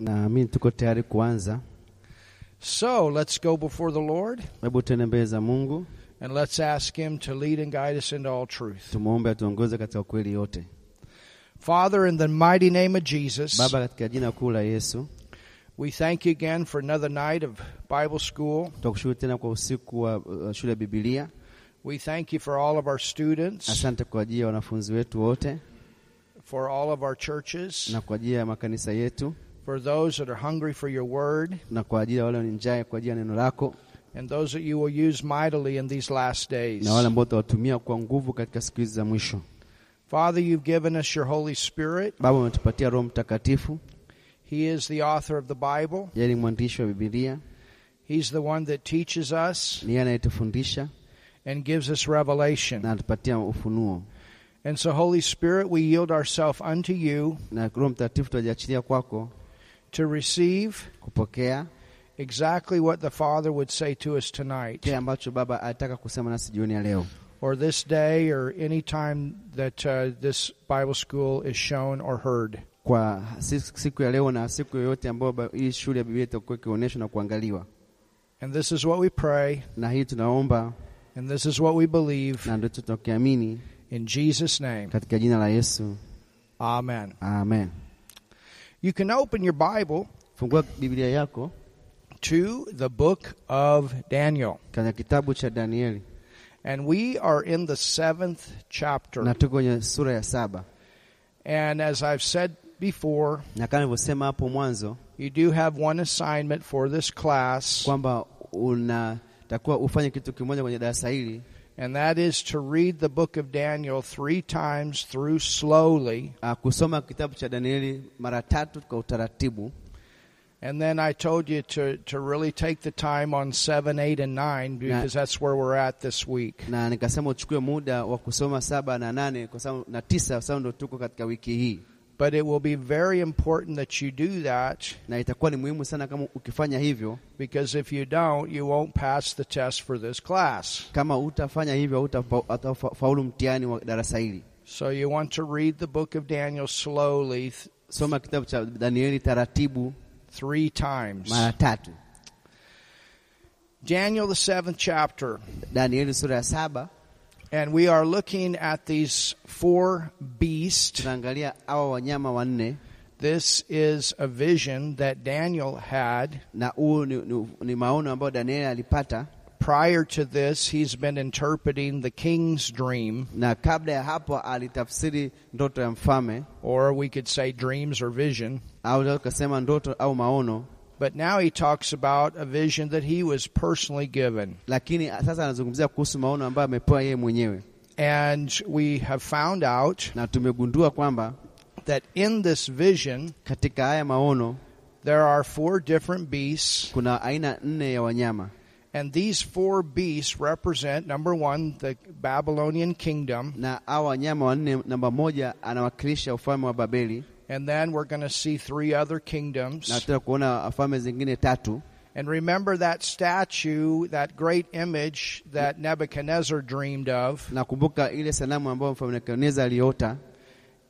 naamini tuko tayari kuanza So let's go before the Lord hebu tuende mbele za mungu and let's ask Him to lead and guide us into all truth. tumwombe atuongoze katika ukweli yote Father, in the mighty name of Jesus, baba katika jina kuu la yesu we thank you again for another night of Bible school. tunakushukuru tena kwa usiku wa uh, shule ya bibilia We thank you for all of our students, asante kwa ajili ya wanafunzi wetu wote for all of our churches, na kwa ajili ya makanisa yetu for those that are hungry for your word, na kwa ajili ya wale waninjae kwa ajili ya neno lako and those that you will use mightily in these last days. na wale ambao utawatumia kwa nguvu katika siku hizi za mwisho Father, you've given us your Holy Spirit. baba umetupatia roho mtakatifu He is the author of the Bible, yeye ni mwandishi wa bibilia He's the one that teaches us ni yeye anayetufundisha and gives us na revelation. anatupatia ufunuo And so, Holy Spirit, we yield ourselves unto you. na roho mtakatifu tutajiachilia kwako to receive kupokea exactly what the Father would say to us tonight, kile ambacho baba alitaka kusema nasi jioni ya leo or this day, or any time that uh, this Bible school is shown or heard. kwa si- siku ya leo na siku yoyote ambayo ba- hii shule ya Biblia itakuwa ikionyeshwa na kuangaliwa. And this is what we pray, Na hii tunaomba and this is what we believe. na ndio tunakiamini In Jesus' name, katika jina la Yesu, Amen. amen. You can open your Bible Fungua Biblia yako to the book of Daniel, katika kitabu cha Danieli and we are in the seventh na chapter. tuko kwenye sura ya saba, And as I've said before, na kama nilivyosema hapo mwanzo you do have one assignment for this class, kwamba unatakiwa ufanye kitu kimoja kwenye darasa hili and that is to read the book of Daniel three times through slowly. ah, kusoma kitabu cha Danieli mara tatu kwa utaratibu, And then I told you to, to really take the time on 7, 8, and 9 because that's where we're at this week. na nikasema uchukue muda wa kusoma saba na nane kwa sababu na tisa kwa sababu ndio tuko katika wiki hii But it will be very important that you do that na itakuwa ni muhimu sana kama ukifanya hivyo. because if you don't, you won't pass the test for this class. Kama utafanya hivyo, hautafaulu mtihani wa darasa hili. So you want to read the book of Daniel slowly th- Soma kitabu cha Danieli taratibu three times. mara tatu. Daniel, the seventh chapter. Danieli sura ya saba And we are looking at these four beasts. tunaangalia hawa wanyama wanne, This is a vision that Daniel had. na huu ni, ni, ni maono ambayo Danieli alipata, Prior to this, he's been interpreting the king's dream, na kabla ya hapo alitafsiri ndoto ya mfalme, or we could say dreams or vision. au unaweza ukasema ndoto au maono, But now he talks about a vision that he was personally given. lakini sasa anazungumzia kuhusu maono ambayo amepewa yeye mwenyewe, And we have found out na tumegundua kwamba that in this vision, katika haya maono there are four different beasts. kuna aina nne ya wanyama And these four beasts represent number one, the Babylonian kingdom. na hawa wanyama wanne, namba moja anawakilisha ufalme wa Babeli, And then we're going to see three other kingdoms. na tutaenda kuona falme zingine tatu. And remember that statue, that great image that Nebuchadnezzar dreamed of, Na kumbuka ile sanamu ambayo mfalme Nebukadneza aliota,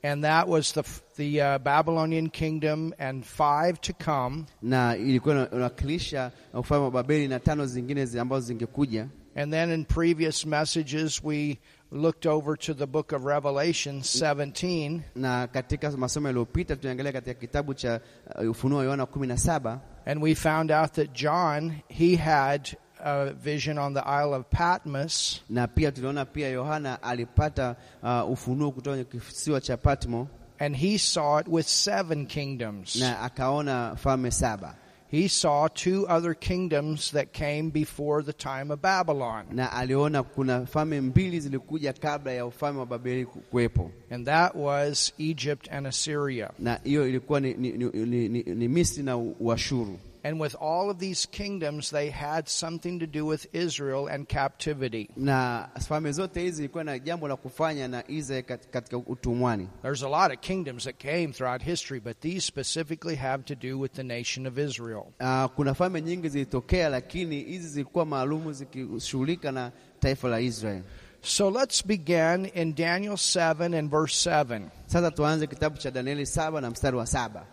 and that was the the uh, Babylonian kingdom and five to come. na ilikuwa ina- inawakilisha ufalme wa Babeli na tano zingine zi- ambazo zingekuja. And then in previous messages we looked over to the book of Revelation 17 Na katika masomo yaliyopita tuliangalia katika kitabu cha uh, Ufunuo wa Yohana kumi na saba and we found out that John he had a vision on the Isle of Patmos na pia tuliona pia Yohana alipata uh, ufunuo kutoka kwenye kisiwa cha Patmo and he saw it with seven kingdoms. na akaona falme saba He saw two other kingdoms that came before the time of Babylon. na aliona kuna falme mbili zilikuja kabla ya ufalme wa Babeli ku- kuwepo, and that was Egypt and Assyria. na hiyo ilikuwa ni, ni, ni, ni, ni, ni Misri na U- Uashuru. And with all of these kingdoms, they had something to do with Israel and captivity. Na falme zote hizi ilikuwa na jambo la kufanya na Israeli kat- katika utumwani, There's a lot of kingdoms that came throughout history, but these specifically have to do with the nation of Israel. na Ah, kuna falme nyingi zilitokea, lakini hizi zilikuwa maalumu zikishughulika na taifa la Israeli. So let's begin in Daniel 7 and verse 7. Sasa tuanze kitabu cha Danieli saba na mstari wa saba.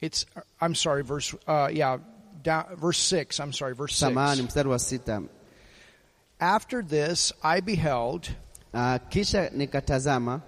It's I'm sorry, verse uh, yeah, down, verse six. I'm sorry, verse samahani, six. mstari wa sita. After this, I beheld, Ah, kisha nikatazama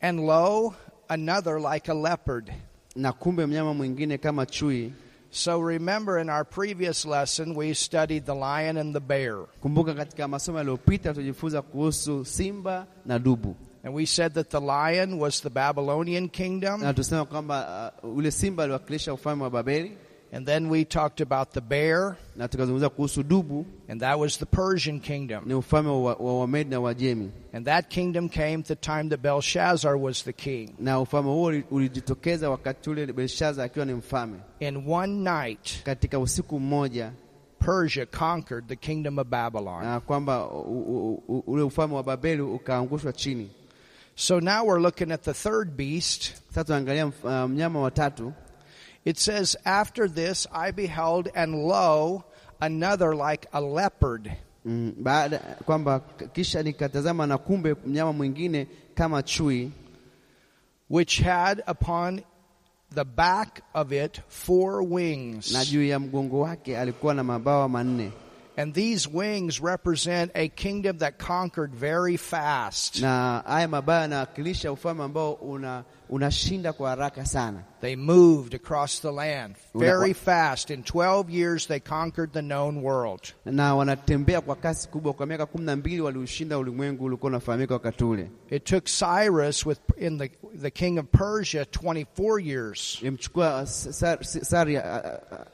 and lo, another like a leopard. na kumbe mnyama mwingine kama chui. So remember, in our previous lesson, we studied the lion and the bear, Kumbuka katika masomo yaliyopita tulijifunza kuhusu simba na dubu, and we said that the lion was the Babylonian kingdom, na tusema kwamba uh, ule simba aliwakilisha ufalme wa Babeli, and then we talked about the bear, na tukazungumza kuhusu dubu and that was the Persian kingdom. ni ufalme wa, wa Wamedi na Wajemi, And that kingdom came at the time that Belshazzar was the king. na ufalme huo uli- ulijitokeza wakati ule Belshaza akiwa ni mfalme. In one night, Katika usiku mmoja Persia conquered the kingdom of Babylon. uh, kwamba u- u- u- ule ufalme wa Babeli ukaangushwa chini. So now we're looking at the third beast. Sasa tunaangalia mf- uh, mnyama wa tatu It says, After this I beheld, and lo, another like a leopard. Mm, baada kwamba k- kisha nikatazama na kumbe mnyama mwingine kama chui which had upon the back of it four na wings. juu ya mgongo wake alikuwa na mabawa manne And these wings represent a kingdom that conquered very fast. na haya mabawa yanawakilisha ufalme ambao una unashinda kwa haraka sana They moved across the land Una- very fast. In 12 years, they conquered the known world. na wanatembea kwa kasi kubwa kwa miaka kumi na mbili waliushinda ulimwengu ulikuwa unafahamika wakati ule It took Cyrus with, in the, the king of Persia 24 years. ilimchukua uh, Sa- Sa- saria uh, uh, uh,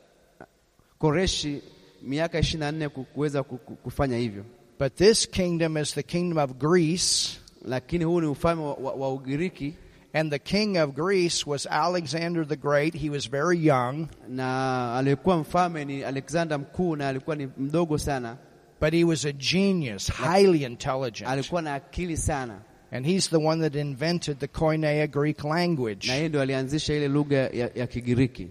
koreshi miaka ishirini na nne kuweza ku- ku- kufanya hivyo But this kingdom is the kingdom of Greece. lakini huu ni ufalme wa, wa, wa ugiriki And the king of Greece was Alexander the Great. He was very young. na aliyekuwa mfalme ni Alexander Mkuu, na alikuwa ni mdogo sana, But he was a genius, highly intelligent. alikuwa na akili sana, And he's the one that invented the Koine Greek language. na yeye ndio alianzisha ile lugha ya, ya Kigiriki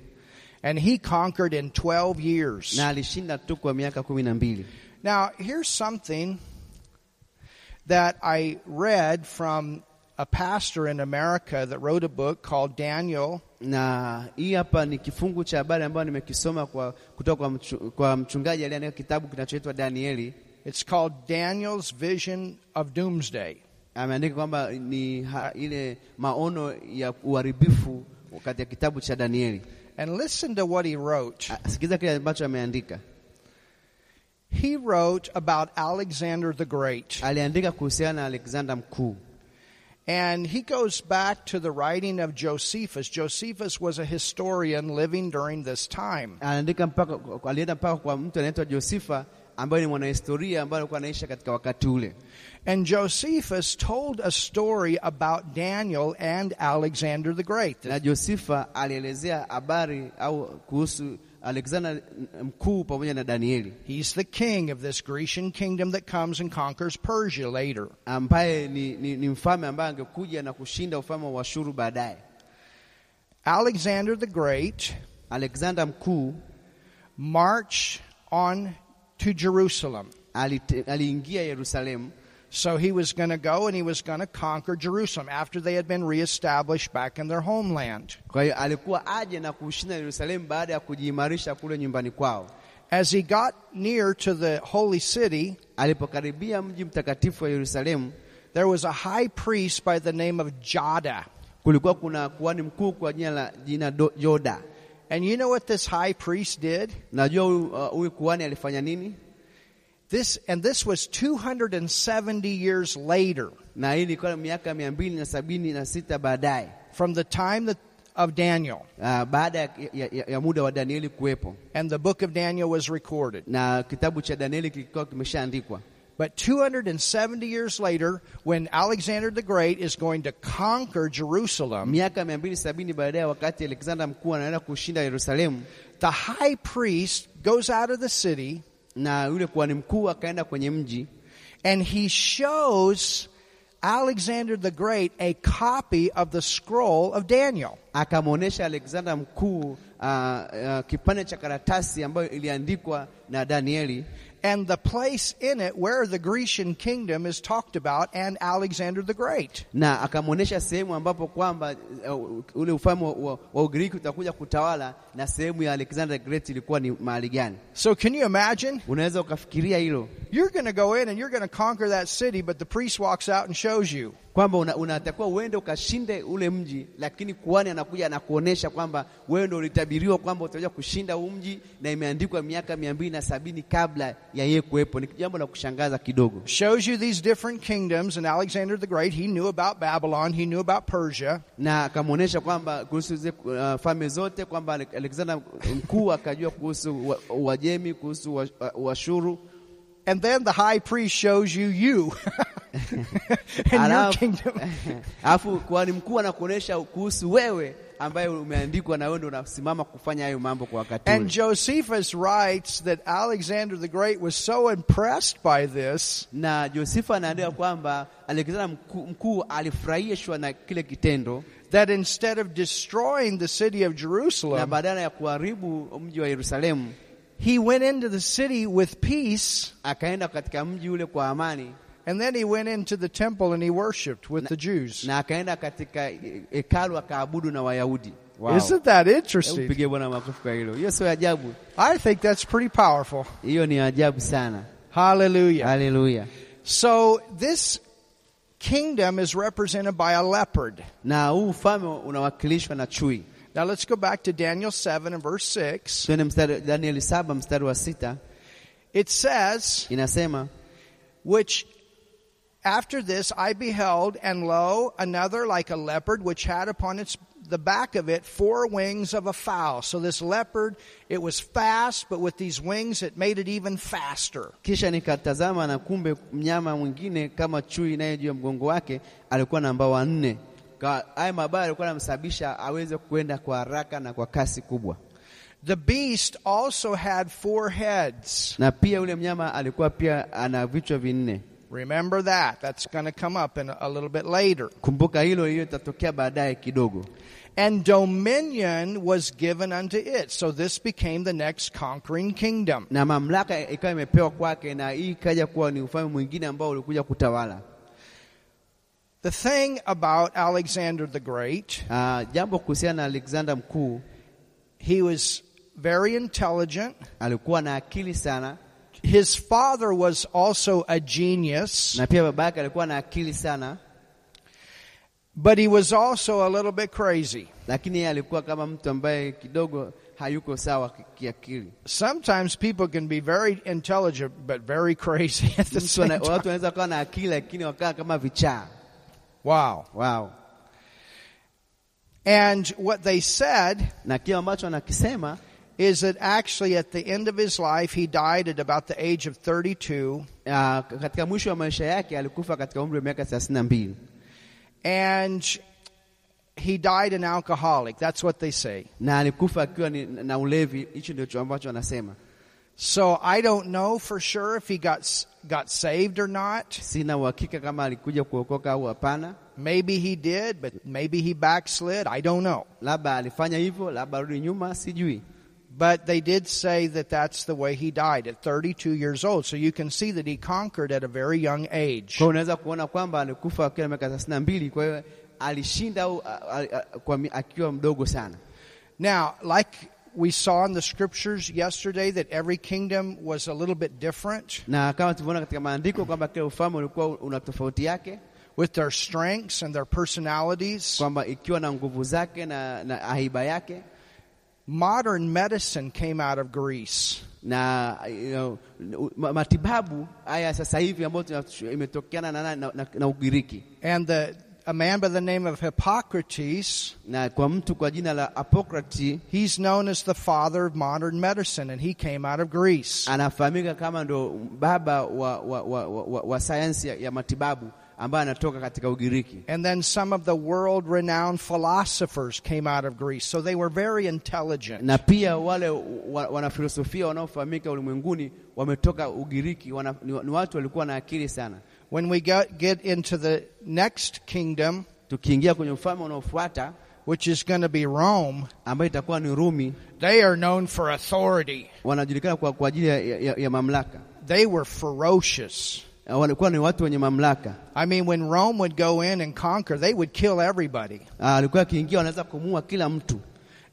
And he conquered in 12 years. na alishinda tu kwa miaka kumi na mbili. Now, here's something that I read from a pastor in America that wrote a book called Daniel. Na hii hapa ni kifungu cha habari ambayo nimekisoma kwa, kutoka kwa, mchu, kwa mchungaji aliyeandika kitabu kinachoitwa Danieli. It's called Daniel's Vision of Doomsday. Ameandika kwamba ni ha, ile maono ya uharibifu katika kitabu cha Danieli. And listen to what he wrote. Ah, Sikiliza kile ambacho ameandika. He wrote about Alexander the Great. Aliandika kuhusiana na Alexander Mkuu. And he goes back to the writing of Josephus. Josephus was a historian living during this time. anaandika mpaka alienda mpaka kwa mtu anaitwa Josifa ambaye ni mwanahistoria ambaye alikuwa anaishi katika wakati ule, And Josephus told a story about Daniel and Alexander the Great. na Josifa alielezea habari au kuhusu Alexander mkuu pamoja na Danieli He's the king of this Grecian kingdom that comes and conquers Persia later. ambaye ni, ni, ni mfalme ambaye angekuja na kushinda ufalme wa Ashuru baadaye. Alexander the Great Alexander mkuu marched on to Jerusalem. alite- aliingia Yerusalemu, So he was going to go and he was going to conquer Jerusalem after they had been reestablished back in their homeland. kwa hiyo alikuwa aje na kuushinda Yerusalemu baada ya kujiimarisha kule nyumbani kwao. As he got near to the holy city, Alipokaribia mji mtakatifu wa Yerusalemu, there was a high priest by the name of Jada. kulikuwa kuna kuhani mkuu kwa jina la jina Do- Yoda. And you know what this high priest did? Najua huyu uh, huyu kuhani alifanya nini, This and this was 270 years later na hii ilikuwa miaka mia mbili na sabini na sita baadaye from the time that, of Daniel uh, baada ya, ya, ya- ya muda wa Danieli kuwepo and the book of Daniel was recorded. na kitabu cha Danieli kilikuwa kimeshaandikwa, But 270 years later when Alexander the Great is going to conquer Jerusalem, miaka mia mbili sabini baadaye, wakati Alexander mkuu anaenda kushinda Yerusalemu, the high priest goes out of the city na yule kuhani mkuu akaenda kwenye mji and he shows Alexander the Great a copy of the scroll of Daniel. akamwonyesha Alexander mkuu ah, ah, kipande cha karatasi ambayo iliandikwa na Danieli and the place in it where the Grecian kingdom is talked about and Alexander the Great. na akamwonyesha sehemu ambapo kwamba uh, ule ufalme wa, wa, wa Ugiriki utakuja kutawala na sehemu ya Alexander the Great ilikuwa ni mahali gani. So can you imagine? Unaweza ukafikiria hilo You're going to go in and you're going to conquer that city, but the priest walks out and shows you. kwamba una- unatakiwa uende ukashinde ule mji, lakini kuhani anakuja anakuonesha kwamba wewe ndio ulitabiriwa kwamba utakuja kushinda huu mji, na imeandikwa miaka mia mbili na sabini kabla ya yeye kuwepo. Ni jambo la kushangaza kidogo. Shows you these different kingdoms and Alexander the Great, he knew about Babylon, he knew about Persia. na akamwonyesha kwamba kuhusu zile uh, falme zote kwamba Ale- Alexander mkuu akajua kuhusu wa- Uajemi, kuhusu wa- wa- Uashuru And then the high priest shows you you and your Alafu- kingdom. alafu kuhani mkuu anakuonyesha kuhusu wewe ambaye umeandikwa na wewe ndio unasimama kufanya hayo mambo kwa wakati And ule. Josephus writes that Alexander the Great was so impressed by this Na Josefu anaandika kwamba Alexander mkuu, mkuu alifurahishwa na kile kitendo that instead of destroying the city of na Jerusalem, badala ya kuharibu mji wa Yerusalemu he went into the city with peace akaenda katika mji ule kwa amani and then he went into the temple and he worshiped with the Jews. na akaenda katika eh, hekalu akaabudu na Wayahudi. Wow. Isn't that Hebu interesting? Mpigie Bwana makofi kwa hilo. Hiyo sio ajabu, I think that's pretty powerful. hiyo ni ajabu sana. Hallelujah. Haleluya! So this kingdom is represented by a leopard. Na huu ufalme unawakilishwa na chui. Now let's go back to Daniel 7 and verse 6. Twende mstari Danieli saba mstari wa sita It says, inasema which after this I beheld, and lo, another like a leopard, which had upon its the back of it four wings of a fowl. So this leopard, it was fast, but with these wings, it made it even faster. kisha nikatazama na kumbe mnyama mwingine kama chui naye juu ya mgongo wake alikuwa na mbawa nne. Ka- Haya mabawa alikuwa anamsababisha aweze kuenda kwa haraka na kwa kasi kubwa, The beast also had four heads. na pia yule mnyama alikuwa pia ana vichwa vinne. Remember that. That's going to come up in a little bit later. Kumbuka hilo, hiyo itatokea baadaye kidogo. And dominion was given unto it. So this became the next conquering kingdom. na mamlaka ikawa imepewa kwake, na hii ikaja kuwa ni ufalme mwingine ambao ulikuja kutawala. The thing about Alexander the Great, Ah, jambo kuhusiana na Alexander Mkuu, he was very intelligent. alikuwa na akili sana, His father was also a genius, na pia baba yake alikuwa na akili sana, but he was also a little bit crazy. lakini yeye alikuwa kama mtu ambaye kidogo hayuko sawa ki- kiakili. Sometimes people can be very intelligent, but very crazy at the Mtu same ana- Watu time. wanaweza kuwa na akili lakini wakaa kama vichaa Wow. wao, And what they said na kile ambacho anakisema is that actually at the end of his life, he died at about the age of 32. ah, katika mwisho wa maisha yake alikufa katika umri wa miaka 32 mbili and he died an alcoholic. That's what they say. na alikufa akiwa ni, na ulevi. Hicho ndio ambacho anasema. So I don't know for sure if he got s- got saved or not. Sina uhakika kama alikuja kuokoka au hapana. Maybe he did, but maybe he backslid. I don't know. Labda alifanya hivyo, labda arudi nyuma, sijui. But they did say that that's the way he died at 32 years old. So you can see that he conquered at a very young age. Kwa hiyo unaweza kuona kwamba alikufa akiwa na miaka 32 mbili. Kwa hiyo alishinda au a- a- a- kwa mi- akiwa mdogo sana, Now, like we saw in the scriptures yesterday, that every kingdom was a little bit different na kama tulivyoona katika maandiko kwamba kila ufalme ulikuwa una tofauti yake, with their strengths and their personalities. kwamba ikiwa na nguvu zake na, na aiba yake Modern medicine came out of Greece. na you know, ma- matibabu haya sasa hivi ambayo tuna- imetokeana na, na, na, na Ugiriki And the, a man by the name of Hippocrates, na kwa mtu kwa jina la Apokrati he's known as the father of modern medicine, and he came out of Greece. anafahamika kama ndo baba wa, wa, wa, wa, wa, wa sayansi ya, ya matibabu ambaye anatoka katika Ugiriki And then some of the world renowned philosophers came out of Greece. So they were very intelligent. na pia wale wa, wanafilosofia wanaofahamika ulimwenguni wametoka Ugiriki wana, ni, ni watu walikuwa na akili sana. When we get, get into the next kingdom, Tukiingia kwenye ufalme unaofuata which is going to be Rome, ambayo itakuwa ni Rumi. they are known for authority. Wanajulikana kwa, kwa ajili ya, ya, ya mamlaka, Eh, They were ferocious. walikuwa ni watu wenye mamlaka. I mean, when Rome would go in and conquer, they would kill everybody. Ah, Alikuwa akiingia wanaweza kumua kila mtu,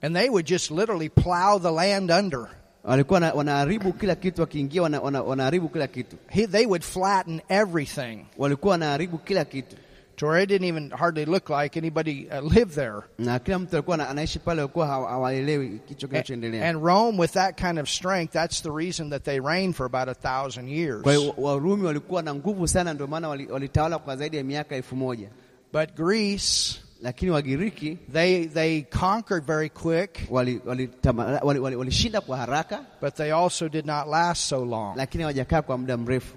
And they would just literally plow the land under. walikuwa wana- wanaharibu kila kitu, wakiingia wana- wana- wanaharibu kila kitu, He, they would flatten everything walikuwa wanaharibu kila kitu, to where it didn't even hardly look like anybody uh, lived there. na kila mtu alikuwa ana- anaishi pale, walikuwa hawa- hawaelewi kicho A- kinachoendelea. And Rome, with that kind of strength, that's the reason that they reigned for about a thousand years. Kwa hiyo Warumi walikuwa na nguvu sana, ndio maana wali- walitawala kwa zaidi ya miaka elfu moja But Greece, lakini Wagiriki they, they conquered very quick, walishinda wali, wali, wali, wali, walishinda kwa haraka, but they also did not last so long. lakini hawajakaa kwa muda mrefu.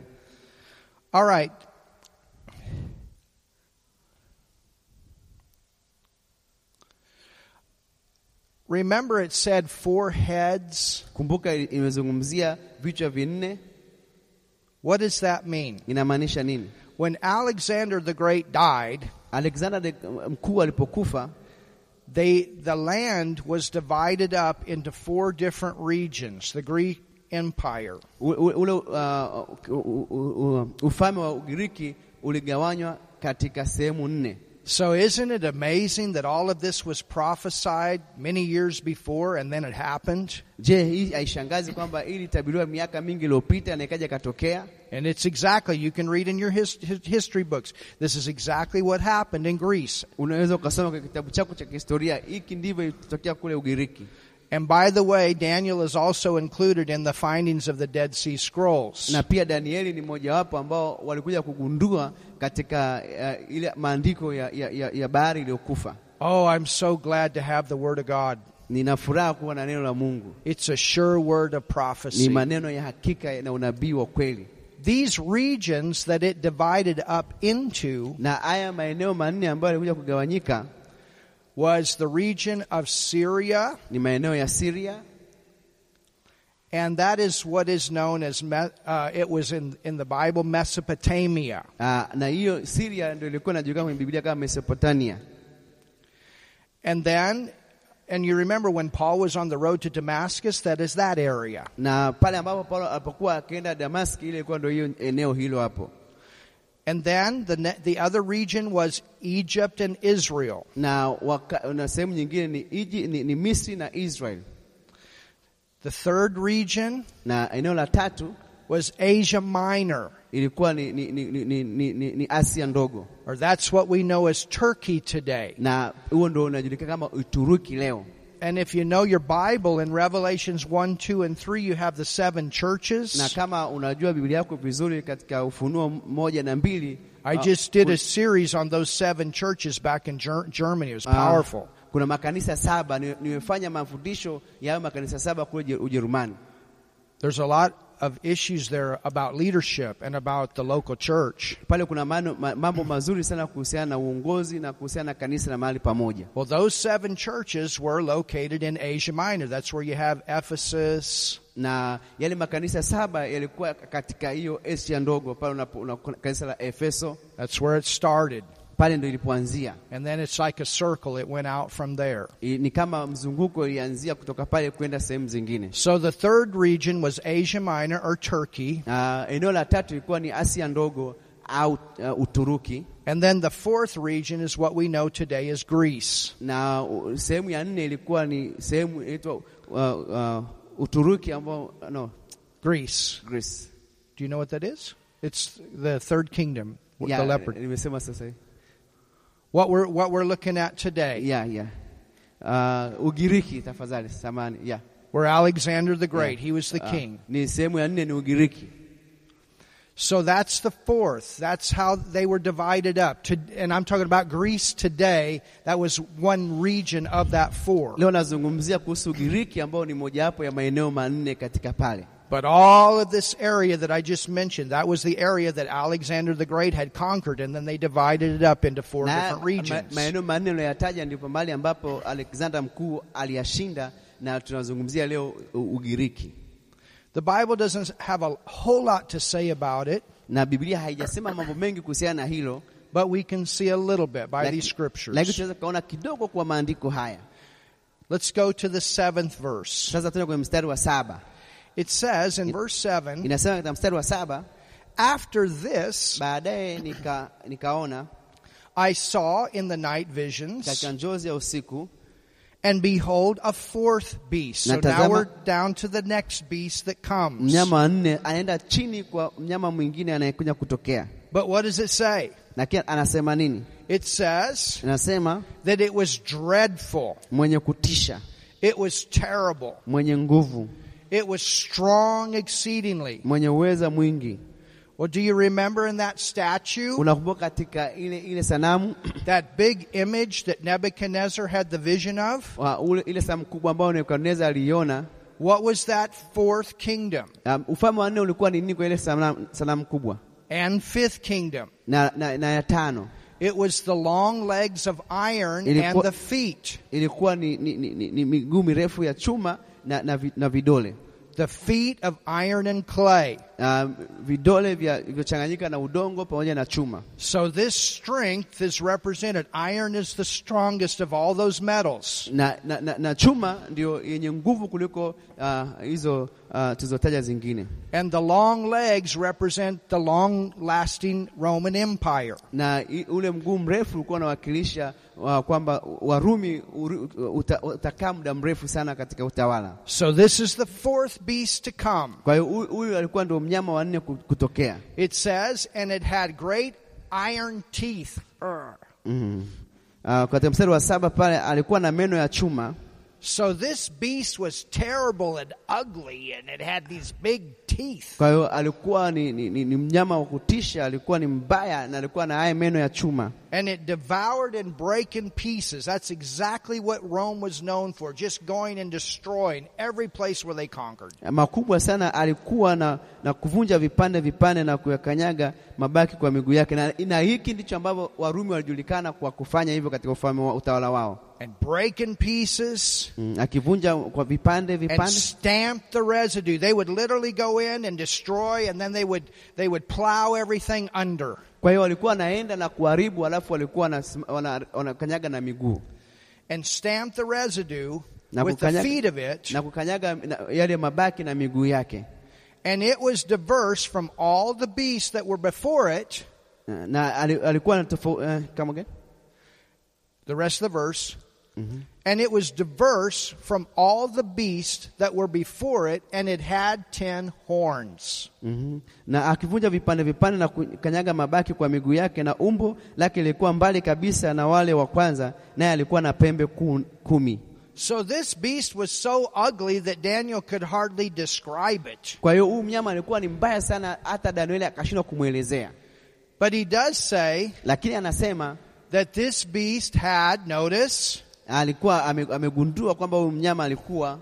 All right. Remember, it said four heads. Kumbuka i- imezungumzia vichwa vinne, What does that mean? inamaanisha nini? When Alexander the Great died, Alexander the uh, mkuu alipokufa, they, the land was divided up into four different regions, the Greek Empire. u- u- ule uh, u- u- u- u- ufalme wa Ugiriki uligawanywa katika sehemu nne. So, isn't it amazing that all of this was prophesied many years before and then it happened? Je, hii haishangazi kwamba ili tabiriwa miaka mingi iliyopita na ikaja katokea? And it's exactly, you can read in your his, his- history books, this is exactly what happened in Greece. Unaweza ukasoma kwa kitabu chako cha kihistoria, hiki ndivyo ilitokea kule Ugiriki. And by the way, Daniel is also included in the findings of the Dead Sea Scrolls. Na pia Danieli ni mmojawapo ambao walikuja kugundua katika uh, ile maandiko ya, ya, ya, ya bahari iliyokufa. Oh, I'm so glad to have the Word of God. Nina furaha kuwa na neno la Mungu, It's a sure word of ni prophecy. maneno ya hakika na unabii wa kweli. These regions that it divided up into Na haya maeneo manne ambayo yalikuja kugawanyika was the region of Syria, ni maeneo ya Syria and that is what is known as, Me- uh, it was in, in the Bible, Mesopotamia. uh, na hiyo Syria ndio ilikuwa inajulikana kwenye Biblia kama Mesopotamia. And then, and you remember when Paul was on the road to Damascus, that is that area. Na pale ambapo Paulo alipokuwa akienda Damaski, ile ilikuwa ndio hiyo eneo hilo hapo. And then the, ne- the other region was Egypt and Israel. na, waka, na sehemu nyingine ni, Iji, ni, ni Misri na Israel, The third region na eneo la tatu was Asia Minor, ilikuwa ni, ni, ni, ni, ni, ni, ni, ni Asia ndogo, or that's what we know as Turkey today. na huo ndio unajulikana kama Uturuki leo. And if you know your Bible in Revelations 1, 2, and 3, you have the seven Na churches. kama unajua Biblia yako vizuri, katika Ufunuo moja na mbili I ah, just did kun- a series on those seven churches back in Ger- Germany. It was ah, powerful. kuna makanisa saba ni- nimefanya mafundisho ya hayo makanisa saba kule Ujer- Ujerumani. There's a lot of issues there about leadership and about the local church. Pale kuna mano, ma, mambo mazuri sana kuhusiana na uongozi na kuhusiana na kanisa na mahali pamoja. Well, those seven churches were located in Asia Minor. That's where you have Ephesus, na yale makanisa saba yalikuwa katika hiyo Asia ndogo pale unapo- una- kuna kanisa la Efeso that's where it started. pale ndio ilipoanzia. And then it's like a circle, it went out from there. I- Ni kama mzunguko ilianzia kutoka pale kwenda sehemu zingine. So the third region was Asia Minor or Turkey. Na eneo la tatu ilikuwa ni Asia ndogo au uh, Uturuki, And then the fourth region is what we know today as Greece. na uh, sehemu ya nne ilikuwa ni sehemu inaitwa uh, uh, Uturuki ambao uh, no, Greece. Greece. Do you know what that is? It's the third kingdom with the Yeah, leopard. nimesema sasa hivi. What we're, what we're looking at today, Yeah, yeah. Uh, Ugiriki tafadhali, samani. Yeah. where Alexander the Great, he was the Ah, king. Ni sehemu ya nne ni Ugiriki. So that's the fourth. That's how they were divided up. To, and I'm talking about Greece today. That was one region of that four. Leo nazungumzia kuhusu Ugiriki ambao ni mojawapo ya maeneo manne katika pale, But all of this area that I just mentioned, that was the area that Alexander the Great had conquered, and then they divided it up into four na different regions. uh, ma, maeneo manne unayoyataja ndipo mahali ambapo Alexander mkuu aliyashinda, na tunazungumzia leo U- Ugiriki, the Bible doesn't have a whole lot to say about it, na Biblia haijasema mambo mengi kuhusiana na hilo, but we can see a little bit by these Laki- scriptures. lakini tunaweza kuona kidogo kwa maandiko haya. Let's go to the seventh verse. Sasa tuende kwenye mstari wa saba, It says in verse 7 inasema katika mstari wa saba, After this, baadaye nika, nikaona I saw in the night visions, katika njozi ya usiku and behold, a fourth beast. So Na now tazama- we're down to the next beast that comes. mnyama wa nne anaenda chini kwa mnyama mwingine anayekuja kutokea, But what does it say? na kia anasema nini? It says Anasema that it was dreadful, mwenye kutisha, it was terrible, mwenye nguvu, it was strong exceedingly. mwenye uweza mwingi. Well, do you remember in that statue, Unakumbuka katika ile ile sanamu that big image that Nebuchadnezzar had the vision of? wa ule, ile sanamu kubwa ambayo Nebukadneza aliiona? What was that fourth kingdom Um, ufalme wa nne ulikuwa ni nini kwa ile sanamu, sanamu kubwa and fifth kingdom? na, na, na ya tano It was the long legs of iron Ilikuwa- and the feet. ilikuwa ni, ni, ni, ni, ni miguu mirefu ya chuma na, na, vi, na vidole The feet of iron and clay. um, vidole vya- vilivyochanganyika na udongo pamoja na chuma. So this strength is represented. Iron is the strongest of all those metals. na, na, na, na chuma ndio yenye nguvu kuliko ah, hizo ah, tulizotaja zingine, And the long legs represent the long lasting Roman Empire. na i, ule mguu mrefu ulikuwa unawakilisha wa, kwamba Warumi uri- uta, utakaa muda mrefu sana katika utawala. So this is the fourth beast to come. Kwa hiyo huyu- huyu alikuwa ndio mnyama wa nne ku- kutokea. It says, and it had great iron teeth. Uh, katika mstari wa saba pale alikuwa na meno ya chuma. So this beast was terrible and ugly, and it had these big teeth. Kwa hiyo alikuwa ni, ni, ni, ni mnyama wa kutisha, alikuwa ni mbaya na alikuwa na haya meno ya chuma. And it devoured and break in pieces. That's exactly what Rome was known for, just going and destroying every place where they conquered. makubwa sana alikuwa na, na kuvunja vipande vipande na kuyakanyaga mabaki kwa miguu yake, na, na hiki ndicho ambavyo Warumi walijulikana kwa kufanya hivyo katika ufalme wa utawala wao And break in pieces mm, akivunja kwa vipande and vipande stamp the residue. They would literally go in and destroy, and then they would, they would plow everything under. Kwa hiyo walikuwa wanaenda na kuharibu, alafu walikuwa wanasim- wana- wanakanyaga na miguu And stamp the residue na with the kukanyaga- feet of it. na kukanyaga na, yale mabaki na miguu yake And it was diverse from all the beasts that were before it. na, na ali- alikuwa na tofauti eh, kama gani? the rest of the verse. And it was diverse from all the beasts that were before it, and it had ten horns. Mhm. Na akivunja vipande vipande na kukanyaga mabaki kwa miguu yake, na umbo lake lilikuwa mbali kabisa na wale wa kwanza, naye alikuwa na pembe ku- kumi. So this beast was so ugly that Daniel could hardly describe it. Kwa hiyo huyu mnyama alikuwa ni mbaya sana, hata Danieli akashindwa kumwelezea, But he does say lakini anasema that this beast had, notice, alikuwa ame, amegundua kwamba huyu mnyama alikuwa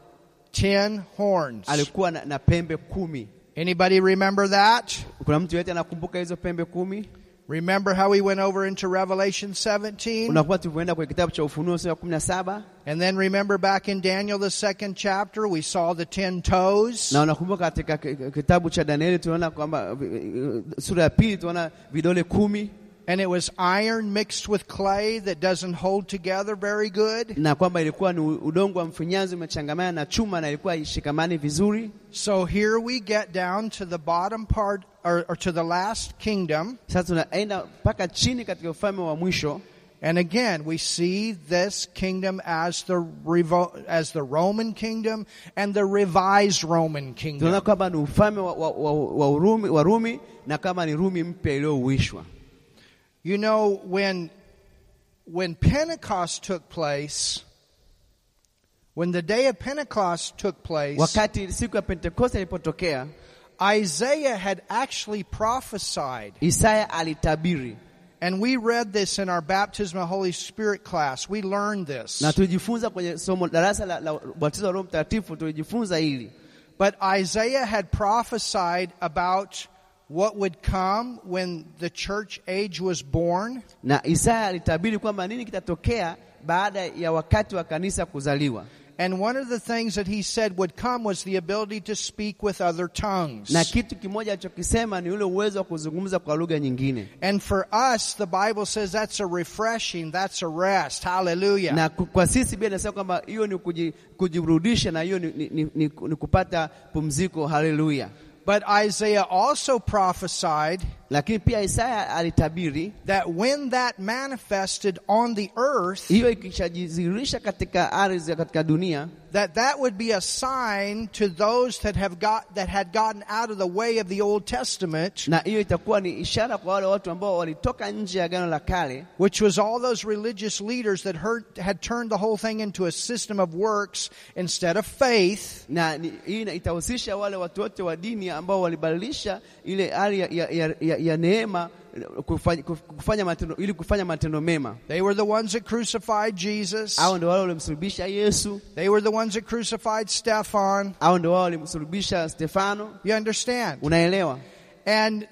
ten horns. alikuwa na, na pembe kumi. Anybody remember that? Kuna mtu yote anakumbuka hizo pembe kumi? Remember how we went over into Revelation 17? Unakuwa tulipoenda kwenye kitabu cha Ufunuo sura ya kumi na saba And then remember back in Daniel, the second chapter, we saw the ten toes. na unakumbuka katika ki- kitabu cha Danieli tunaona kwamba eh, sura ya pili tunaona vidole kumi And it was iron mixed with clay that doesn't hold together very good. na kwamba ilikuwa ni udongo wa mfinyanzi umechangamana na chuma na ilikuwa ishikamani vizuri. So here we get down to the bottom part, or, or to the last kingdom. Sasa tunaenda mpaka chini katika ufalme wa mwisho, And again, we see this kingdom as the, revo- as the Roman kingdom and the revised tunaona Roman kingdom. kwamba ni ufalme wa, wa, wa, wa, Urumi, wa Rumi na kama ni Rumi mpya iliyouishwa. You know, when, when Pentecost took place, when the day of Pentecost took place, Wakati siku ya Pentekoste ilipotokea, Isaiah had actually prophesied Isaya alitabiri And we read this in our baptism of Holy Spirit class. We learned this. na tulijifunza kwenye somo darasa la, la ubatizo wa Roho Mtakatifu, tulijifunza hili But Isaiah had prophesied about what would come when the church age was born. na Isaya alitabiri kwamba nini kitatokea baada ya wakati wa kanisa kuzaliwa, And one of the things that he said would come was the ability to speak with other tongues. na kitu kimoja alichokisema ni ule uwezo wa kuzungumza kwa lugha nyingine And for us, the Bible says that's a refreshing, that's a rest. Hallelujah. na ku- kwa sisi Biblia inasema kwamba hiyo ni kuji, kujirudisha na hiyo ni, ni, ni, ni, ni kupata pumziko. Haleluya! but Isaiah also prophesied Lakini pia Isaya alitabiri that when that manifested on the earth, hiyo ikishajidhihirisha katika ardhi, katika dunia, that that would be a sign to those that have got that had gotten out of the way of the Old Testament, na hiyo itakuwa ni ishara kwa wale watu ambao walitoka nje ya agano la kale which was all those religious leaders that hurt, had turned the whole thing into a system of works instead of faith. na ni- hii ina- itahusisha wale watu wote wa dini ambao walibadilisha ile hali ya, ya, ya, ya, ya neema kufanya, kufanya matendo, ili kufanya matendo mema. They were the ones that crucified Jesus. Hao ndio wale walimsulubisha Yesu, They were the ones that crucified Stephan. hao ndio wao walimsulubisha Stefano. You understand? Unaelewa? And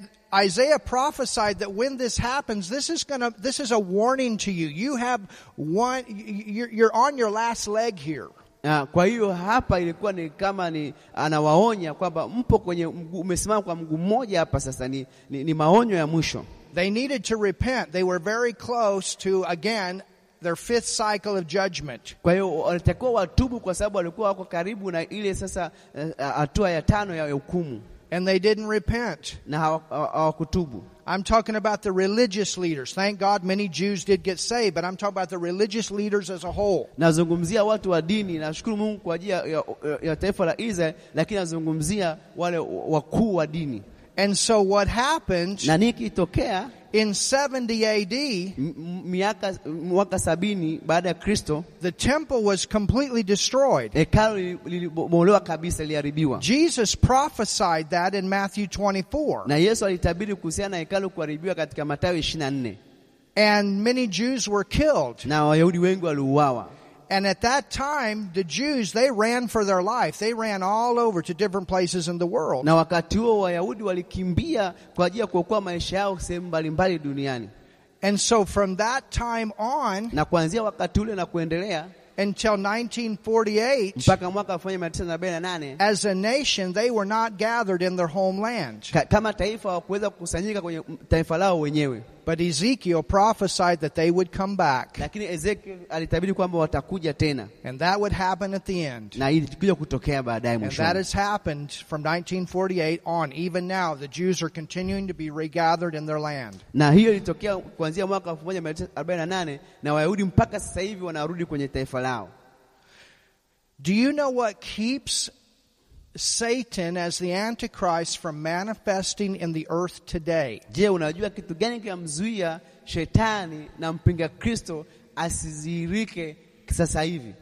Isaiah prophesied that when this happens, this is going to this is a warning to you. You have one y- y- you're you're on your last leg here. Na kwa hiyo hapa ilikuwa ni kama ni anawaonya kwamba mpo kwenye mguu, umesimama kwa mguu mmoja hapa sasa, ni, ni, ni maonyo ya mwisho. They needed to repent. They were very close to again their fifth cycle of judgment. Kwa hiyo walitakiwa watubu, kwa sababu walikuwa wako karibu na ile sasa eh, hatua ya tano ya hukumu And they didn't repent. na hawa- hawa- hawakutubu. I'm talking about the religious leaders. Thank God many Jews did get saved, but I'm talking about the religious leaders as a whole. Nazungumzia watu wa dini, nashukuru Mungu kwa ajili ya, ya, ya taifa la Israel, lakini nazungumzia wale wakuu wa dini. And so what happened Na niki itokea in 70 AD, m- m- miaka mwaka sabini baada ya Kristo, the temple was completely destroyed. hekalu lili- lilibomolewa kabisa, liliharibiwa. Jesus prophesied that in Matthew 24. Na Yesu alitabiri kuhusiana na hekalu kuharibiwa katika Mathayo 24, And many Jews were killed. na Wayahudi wengi waliuawa. And at that time, the Jews, they ran for their life. They ran all over to different places in the world. Na wakati huo Wayahudi walikimbia kwa ajili ya kuokoa maisha yao sehemu mbalimbali duniani. And so from that time on Na kuanzia wakati ule na kuendelea until 1948, mpaka mwaka 1948 as a nation, they were not gathered in their homeland. ka- kama taifa hawakuweza kukusanyika kwenye taifa lao wenyewe, But Ezekiel prophesied that they would come back. lakini Ezekiel alitabiri kwamba watakuja tena And that would happen at the end. na ilikuja kutokea baadaye And that mwishoni. has happened from 1948 on. Even now, the Jews are continuing to be regathered in their land. Na hiyo ilitokea kuanzia mwaka 1948 na Wayahudi mpaka sasa hivi wanarudi kwenye taifa lao. Do you know what keeps Satan as the Antichrist from manifesting in the earth today? Je, unajua kitu gani kinamzuia shetani na mpinga Kristo asidhihirike sasa hivi?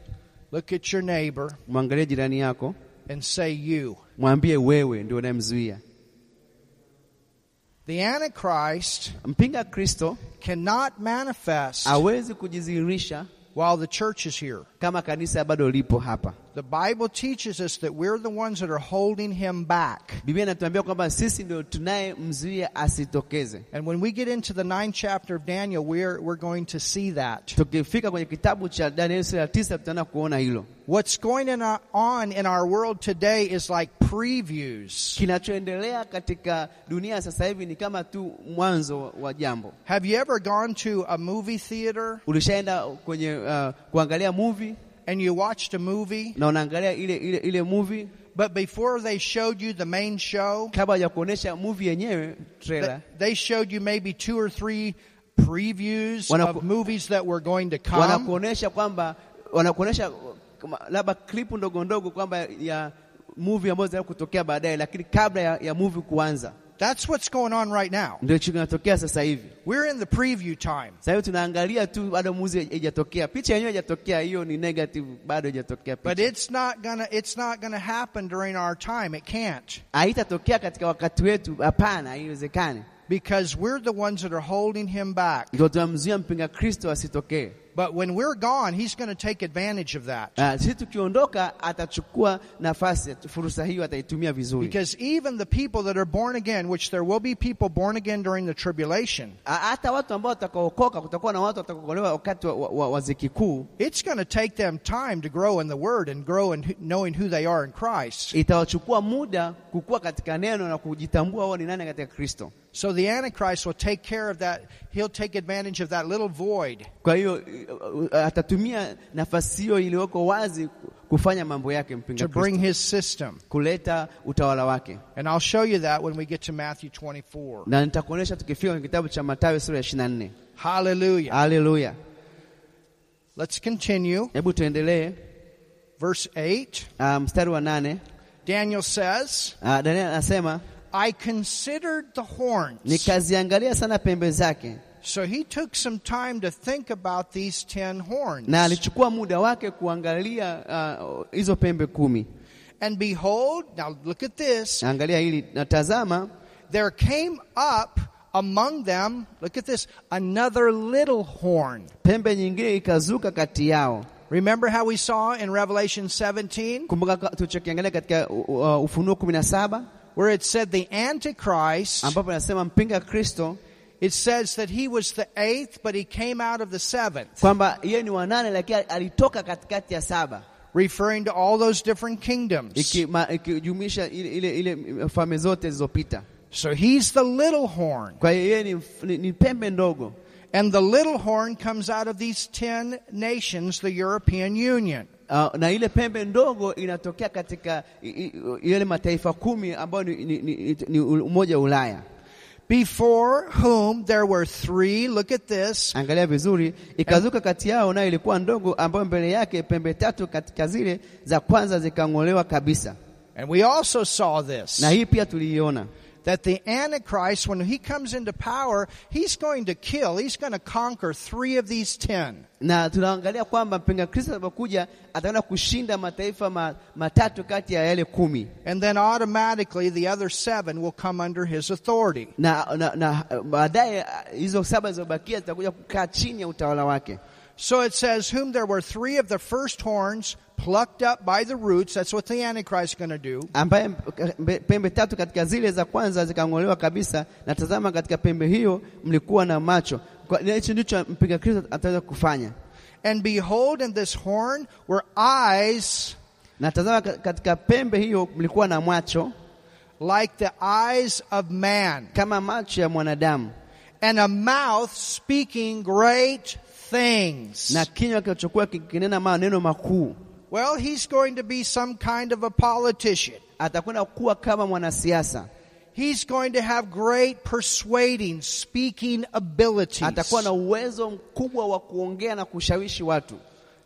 Look at your neighbor Mwangalie jirani yako, and say, You. mwambie wewe ndio unayemzuia. The Antichrist Mpinga Kristo cannot manifest hawezi kujidhihirisha while the church is here. kama kanisa bado lipo hapa. The Bible teaches us that we're the ones that are holding him back. Biblia inatuambia kwamba sisi ndio tunayemzuia asitokeze. And when we get into the ninth chapter of Daniel, we're, we're going to see that. Tukifika kwenye kitabu cha Danieli sura ya tisa tutaenda kuona hilo. What's going in our, on in our world today is like previews. Kinachoendelea katika dunia sasa hivi ni kama tu mwanzo wa jambo. Have you ever gone to a movie theater Ulishaenda kwenye uh, kuangalia movie and you watched a movie, na unaangalia ile ile, ile movie but before they showed you the main show, kabla ya kuonesha movie yenyewe trailer, th- they showed you maybe two or three previews Wanaku- of movies that were going to come. wanakuonesha kwamba wanakuonesha uh, kama- labda klipu ndogo ndogo kwamba ya movie ambazo zinaenda kutokea baadaye, lakini kabla ya, ya movie kuanza That's what's going on right now. ndio hicho kinatokea sasa hivi. We're in the preview time. Sasa hivi tunaangalia tu, bado muzi haijatokea, picha yenyewe haijatokea, hiyo ni negative, bado haijatokea But picha, it's not gonna it's not gonna happen during our time. It can't. haitatokea katika wakati wetu. Hapana, haiwezekani. Because we're the ones that are holding him back. Ndio tunamzuia mpinga Kristo asitokee. But when we're gone, he's going to take advantage of that. Ah, sisi tukiondoka atachukua nafasi, fursa hiyo ataitumia vizuri. Because even the people that are born again, which there will be people born again during the tribulation, Ah, Hata watu ambao watakaokoka, kutakuwa na watu watakaokolewa wakati wa, wa, wa, wa ziki kuu, it's going to take them time to grow in the Word and grow in who- knowing who they are in Christ. itawachukua muda kukua katika neno na kujitambua wao ni nani katika Kristo. So the Antichrist will take care of that. He'll take advantage of that little void. Kwa hiyo uh, uh, atatumia nafasi hiyo iliyoko wazi kufanya mambo yake mpinga to Kristo, bring his system. kuleta utawala wake, And I'll show you that when we get to Matthew 24. na nitakuonesha tukifika kwenye kitabu cha Mathayo sura ya 24. Hallelujah. Haleluya! Let's continue. Hebu tuendelee. Verse 8. Ah, mstari wa nane Daniel says, Ah, Daniel anasema I considered the horns. nikaziangalia sana pembe zake, So he took some time to think about these 10 na horns. alichukua muda wake kuangalia ah, hizo pembe kumi. And behold, now look at this, Na Angalia hili, natazama there came up among them, look at this, another little horn. pembe nyingine ikazuka kati yao. Remember how we saw in Revelation 17 Kumbuka ka- tulichokiangalia katika uh, uh, Ufunuo 17 where it said the Antichrist ambapo anasema mpinga Kristo It says that he was the eighth, but he came out of the seventh, kwamba yeye ni wanane, lakini alitoka katikati ya saba, referring to all those different kingdoms. Iki- ma- ikijumuisha ile, ile, ile falme zote zilizopita. So he's the little horn. Kwa hiyo yeye ni, mf- ni, ni pembe ndogo And the little horn comes out of these ten nations, the European Union. Uh, na ile pembe ndogo inatokea katika i- i- yale mataifa kumi ambayo ni, ni, ni, ni umoja wa Ulaya. Before whom there were three, look at this, Angalia vizuri, ikazuka kati yao, nayo ilikuwa ndogo, ambayo mbele yake pembe tatu katika zile za kwanza zikang'olewa kabisa. and we also saw this, Na hii pia tuliiona that the Antichrist, when he comes into power, he's going to kill, he's going to conquer three of these ten. na tunaangalia kwamba mpinga Kristo atakapokuja ataenda kushinda mataifa ma, matatu kati ya yale kumi And then automatically the other seven will come under his authority. na, na, na baadaye hizo saba zilizobakia zitakuja kukaa chini ya utawala wake. So it says, Whom there were three of the first horns plucked up by the roots. That's what the Antichrist is going to do. ambaye mpe- pembe tatu katika zile za kwanza zikang'olewa kabisa, na tazama, katika pembe hiyo mlikuwa na macho. Kwa- na Hicho ndicho mpinga Kristo ataweza kufanya. And behold, in this horn were eyes Na tazama, ka- katika pembe hiyo mlikuwa na macho like the eyes of man, kama macho ya mwanadamu and a mouth speaking great things. na kinywa kilichokuwa kikinena maneno makuu. Well, he's going to be some kind of a politician. Atakwenda kuwa kama mwanasiasa, He's going to have great persuading, speaking abilities. atakuwa na uwezo mkubwa wa kuongea na kushawishi watu.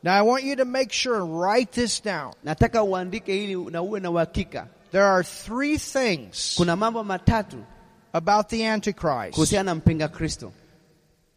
Now, I want you to make sure and write this down. Nataka uandike ili na uwe na uhakika. There are three things Kuna mambo matatu about the Antichrist. kuhusiana na mpinga Kristo.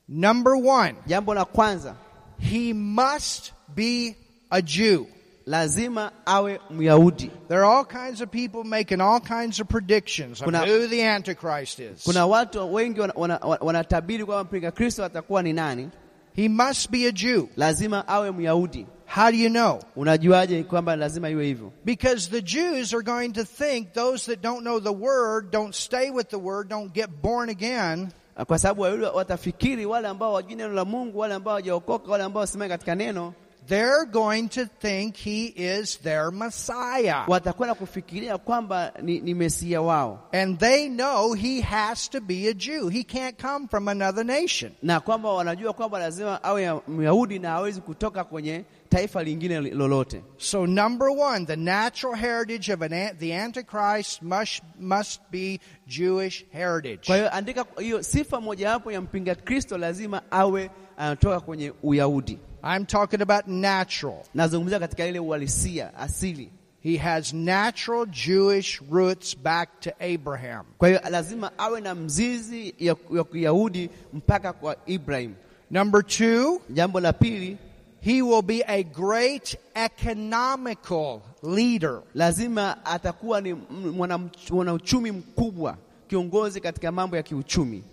Number one, Jambo la kwanza he must be a Jew. lazima awe Myahudi. There are all kinds of people making all kinds of predictions on Kuna- who the Antichrist is. Kuna watu wengi wana- wana- wana- wanatabiri kwamba mpinga Kristo atakuwa ni nani. He must be a Jew. Lazima awe Myahudi. How do you know? Unajuaje kwamba lazima iwe hivyo? Because the Jews are going to think those that don't know the Word, don't stay with the Word, don't get born again, Kwa sababu Wayahudi watafikiri wale ambao wajui neno la Mungu, wale ambao hawajaokoka, wale ambao wasimame katika neno, they're going to think he is their Messiah. watakwenda kufikiria kwamba ni, ni Mesia wao And they know he has to be a Jew. He can't come from another nation. na kwamba wanajua kwamba lazima awe Myahudi na hawezi kutoka kwenye taifa lingine li- lolote. So number one, the natural heritage of an, an- the Antichrist must must be Jewish heritage. Kwa hiyo andika hiyo sifa mojawapo ya mpinga Kristo, lazima awe anatoka kwenye Uyahudi. I'm talking about natural. nazungumzia katika ile uhalisia asili. He has natural Jewish roots back to Abraham. Kwa hiyo lazima awe na mzizi ya, ya Kiyahudi mpaka kwa Ibrahim. Number two, Jambo la pili, he will be a great economical leader. lazima atakuwa ni m- mwanam- mwanauchumi mkubwa, kiongozi katika mambo ya kiuchumi.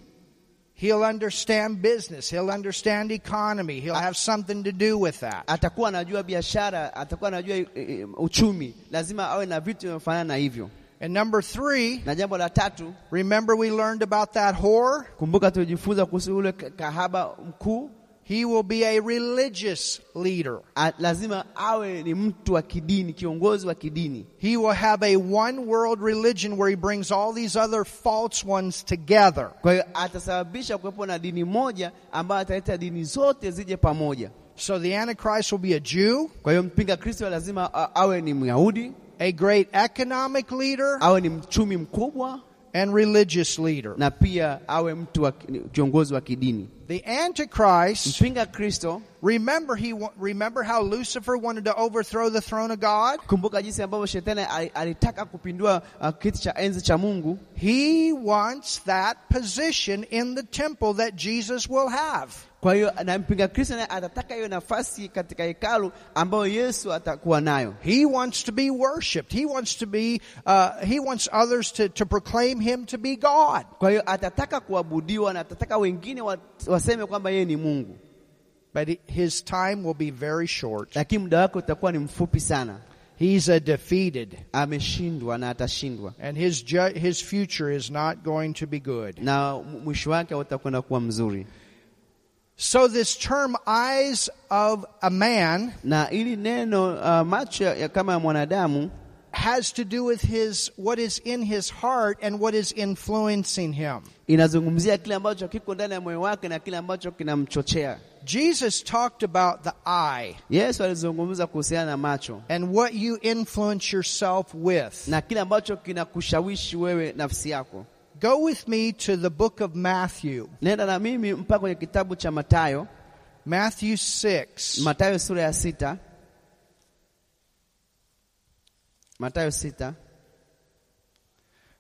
He'll understand business. He'll understand economy. He'll have something to do with that. atakuwa anajua biashara, atakuwa anajua eh, eh, uchumi, lazima awe na vitu vinavyofanana na hivyo. And number three, Na jambo la tatu, remember we learned about that whore? kumbuka tulijifunza kuhusu ule ka- kahaba mkuu, He will be a religious leader. a, lazima awe ni mtu wa kidini, kiongozi wa kidini. He will have a one world religion where he brings all these other false ones together. Kwa hiyo atasababisha kuwepo na dini moja ambayo ataleta dini zote zije pamoja. So the Antichrist will be a Jew, Kwa hiyo mpinga Kristo lazima a, awe ni Myahudi, a great economic leader, awe ni mchumi mkubwa and religious leader. na pia awe mtu wa ki- kiongozi wa kidini. The Antichrist, Mpinga Kristo, remember he wa- remember how Lucifer wanted to overthrow the throne of God? kumbuka jinsi ambavyo shetani ali- alitaka kupindua uh, kiti cha enzi cha Mungu. He wants that position in the temple that Jesus will have. Kwa hiyo na mpinga Kristo naye atataka hiyo nafasi katika hekalu ambayo Yesu atakuwa nayo. He wants to be worshipped. He wants to be. Uh, he wants others to, to proclaim him to be God. Kwa hiyo atataka kuabudiwa na atataka wengine wa- waseme kwamba yeye ni Mungu, But he- his time will be very short. lakini muda wake utakuwa ni mfupi sana. He's a defeated, Ameshindwa na atashindwa, and his ju- his future is not going to be good. na m- mwisho wake hautakwenda kuwa mzuri. So this term "eyes of a man" Na hili neno uh, macho ya, ya kama ya mwanadamu has to do with his what is in his heart and what is influencing him. inazungumzia kile ambacho kiko ndani ya moyo wake na kile ambacho kinamchochea. Jesus talked about the eye Yesu alizungumza kuhusiana na macho and what you influence yourself with. na kile ambacho kinakushawishi wewe nafsi yako. Go with me to the book of Matthew. Nenda na mimi mpaka kwenye kitabu cha Mathayo, Matthew 6. Mathayo sura ya sita, Mathayo sita,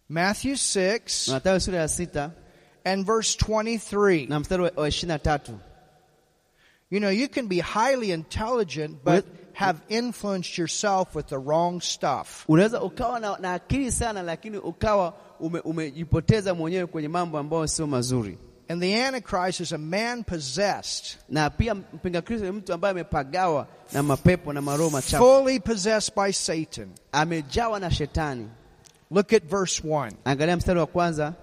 Matthew 6 Mathayo sura ya sita and verse 23. na mstari wa- wa ishirini na tatu. You know, you can be highly intelligent, but have influenced yourself with the wrong stuff. Unaweza ukawa na, na akili sana, lakini ukawa ume, umejipoteza mwenyewe kwenye mambo ambayo sio mazuri. And the Antichrist is a man possessed, Na pia mpinga Kristo ni mtu ambaye amepagawa na mapepo na maroho machafu, fully possessed by Satan. amejawa na shetani. Look at verse 1. Angalia mstari wa kwanza.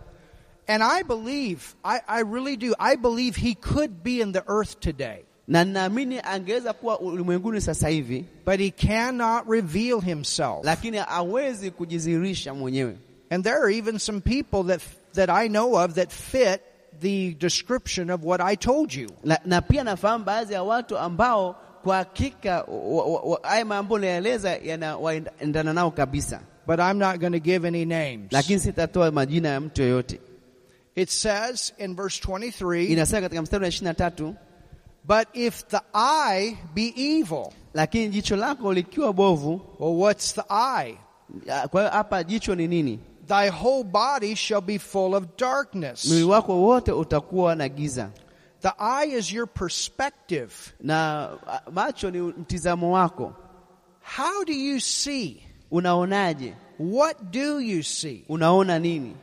And I believe, I, I really do, I believe he could be in the earth today, Na ninaamini angeweza kuwa ulimwenguni sasa hivi, but he cannot reveal himself. lakini hawezi kujidhihirisha mwenyewe. And there are even some people that that I know of that fit the description of what I told you. Na, na pia nafahamu baadhi ya watu ambao kwa hakika wa- wa- wa- haya mambo naeleza yanaendana nao kabisa, But I'm not going to give any names. lakini sitatoa majina ya mtu yoyote. It says in verse 23, Inasema katika mstari wa ishirini na tatu, but if the eye be evil. lakini jicho lako likiwa bovu. Well, what's the eye? ah, Kwa hiyo hapa jicho ni nini? Thy whole body shall be full of darkness. Mwili wako wote utakuwa na giza, The eye is your perspective. na ah, macho ni mtizamo wako. How do you see? Unaonaje? What do you see? Unaona nini?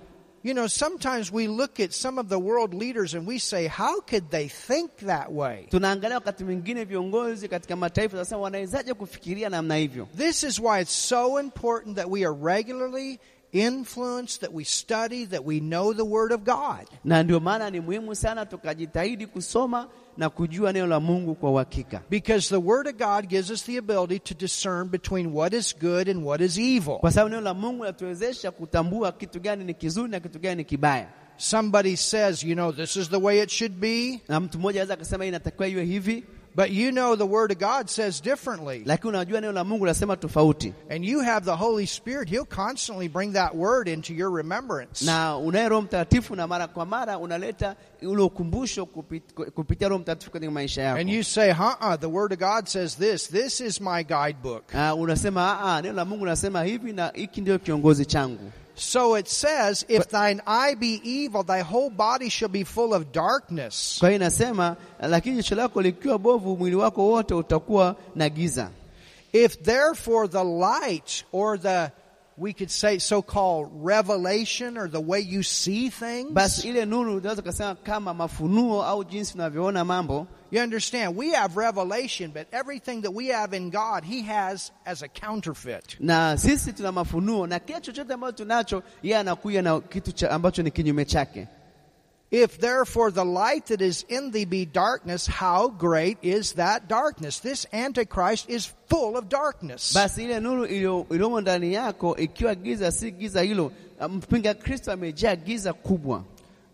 You know, sometimes we look at some of the world leaders and we say, how could they think that way? Tunaangalia wakati mwingine viongozi katika mataifa sasa, wanawezaje kufikiria namna hivyo? This is why it's so important that we are regularly influenced, that we study, that we know the Word of God. Na ndio maana ni muhimu sana tukajitahidi kusoma na kujua neno la Mungu kwa uhakika, Because the Word of God gives us the ability to discern between what is good and what is evil. kwa sababu neno la Mungu linatuwezesha kutambua kitu gani ni kizuri na kitu gani ni kibaya. Somebody says, you know, this is the way it should be, Na mtu mmoja anaweza akasema inatakiwa iwe hivi, but you know the Word of God says differently. lakini unajua neno la Mungu linasema tofauti, And you have the Holy Spirit, He'll constantly bring that Word into your remembrance. na unaye Roho Mtakatifu na mara kwa mara unaleta ule ukumbusho kupit, kupitia Roho Mtakatifu katika maisha yako. And you say, uh uh, the Word of God says this. This is my guidebook. Ah, unasema "Ah, neno la Mungu nasema hivi na hiki ndio kiongozi changu. So it says, if thine eye be evil, thy whole body shall be full of darkness. Kwa hiyo inasema, lakini jicho lako likiwa bovu, mwili wako wote utakuwa na giza. If therefore the light or the we could say so-called revelation or the way you see things. basi ile nuru tunaweza kusema kama mafunuo au jinsi tunavyoona mambo You understand? We have revelation, but everything that we have in God, He has as a counterfeit. na sisi tuna mafunuo na kile chochote ambacho tunacho yeye anakuja na kitu cha, ambacho ni kinyume chake If therefore the light that is in thee be darkness, how great is that darkness? This Antichrist is full of darkness. basi ile nuru iliyo- iliyomo ndani yako ikiwa giza si giza hilo um, mpinga kristo amejaa giza kubwa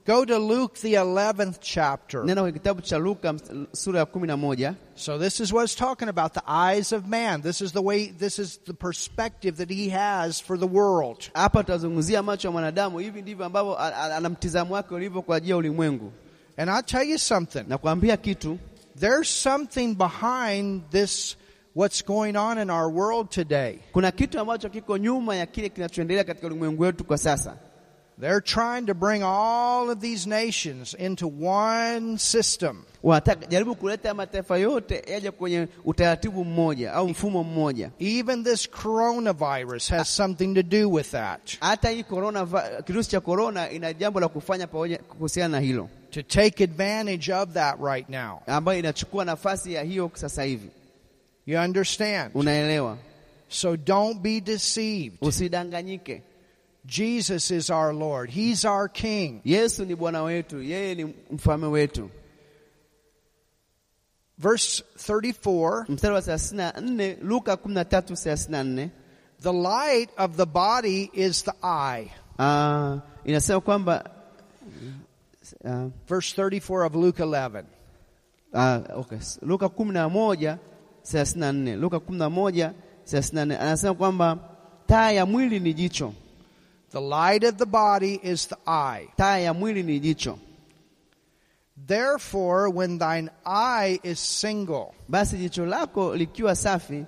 Go to Luke, the 11th chapter. nena kwenye kitabu cha luka ms- sura ya kumi na moja So this is what it's talking about the eyes of man. This is the way this is the perspective that he has for the world. hapa tutazungumzia macho ya mwanadamu hivi ndivyo ambavyo a- a- ana mtizamo wake ulivyo kwa ajili ya ulimwengu And I'll tell you something. na kuambia kitu There's something behind this what's going on in our world today. kuna kitu ambacho kiko nyuma ya kile kinachoendelea katika ulimwengu wetu kwa sasa They're trying to bring all of these nations into one system. wanataka jaribu kuleta mataifa yote yaje kwenye utaratibu mmoja au mfumo mmoja Even this coronavirus has something to do with that. hata hii corona va- kirusi cha corona ina jambo la kufanya pamoja kuhusiana na hilo To take advantage of that right now. ambayo inachukua nafasi ya hiyo sasa hivi You understand? unaelewa So don't be deceived. usidanganyike Jesus is our Lord. He's our King. yesu ni bwana wetu yeye ni mfalme wetu Verse 34 mstari wa 34 luka 13:34 The light of the body is the eye. ah inasema kwamba ah, Verse 34 of Luke 11. Ah, okay. Luka 11 34. Luka 11 34 anasema kwamba taa ya mwili ni jicho. The light of the body is the eye. Taa ya mwili ni jicho. Therefore, when thine eye is single. Basi jicho lako likiwa safi,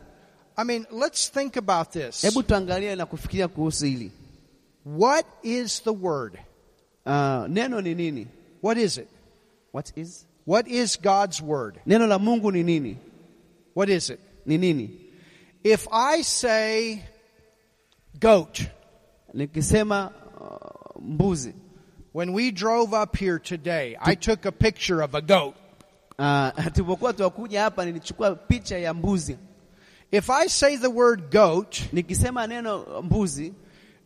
I mean, let's think about this. hebu tuangalie na kufikiria kuhusu hili. What is the word? Ah, neno ni nini? What is it? What is? What is God's word? Neno la Mungu ni nini? What is it? Ni nini? If I say goat, Nikisema ah, mbuzi. when we drove up here today, I took a picture of a goat. Uh, tulipokuwa tuwakuja hapa nilichukua picha ya mbuzi. If I say the word goat, Nikisema neno uh, mbuzi,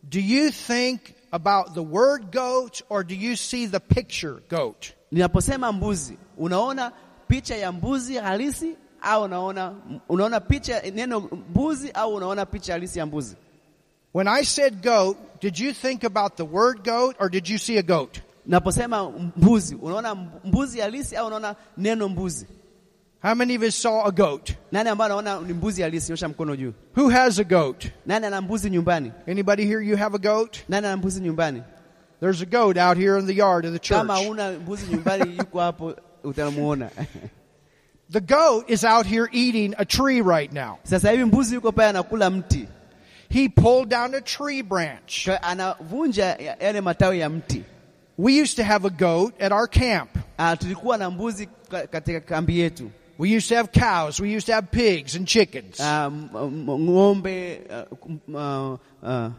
do you think about the word goat or do you see the picture goat? Ninaposema mbuzi, unaona picha ya mbuzi halisi au unaona unaona picha neno mbuzi au unaona picha halisi ya mbuzi? When I said goat, did you think about the word goat or did you see a goat? Ninaposema mbuzi, unaona mbuzi halisi au unaona neno mbuzi? How many of us saw a goat? Nani ambaye anaona ni mbuzi halisi? Nyosha mkono juu. Who has a goat? Nani ana mbuzi nyumbani? Anybody here you have a goat? Nani ana mbuzi nyumbani? There's a goat out here in the yard of the church. Kama una mbuzi nyumbani, yuko hapo utamuona. The goat is out here eating a tree right now. Sasa hivi mbuzi yuko pale anakula mti, He pulled down a tree branch. Kwa- anavunja ya- yale matawi ya mti. We used to have a goat at our camp. Ah, tulikuwa na mbuzi ka- katika kambi yetu. We used to have cows. We used to have pigs and chickens. Ah, m- m- ng'ombe ah, kum- ah, ah,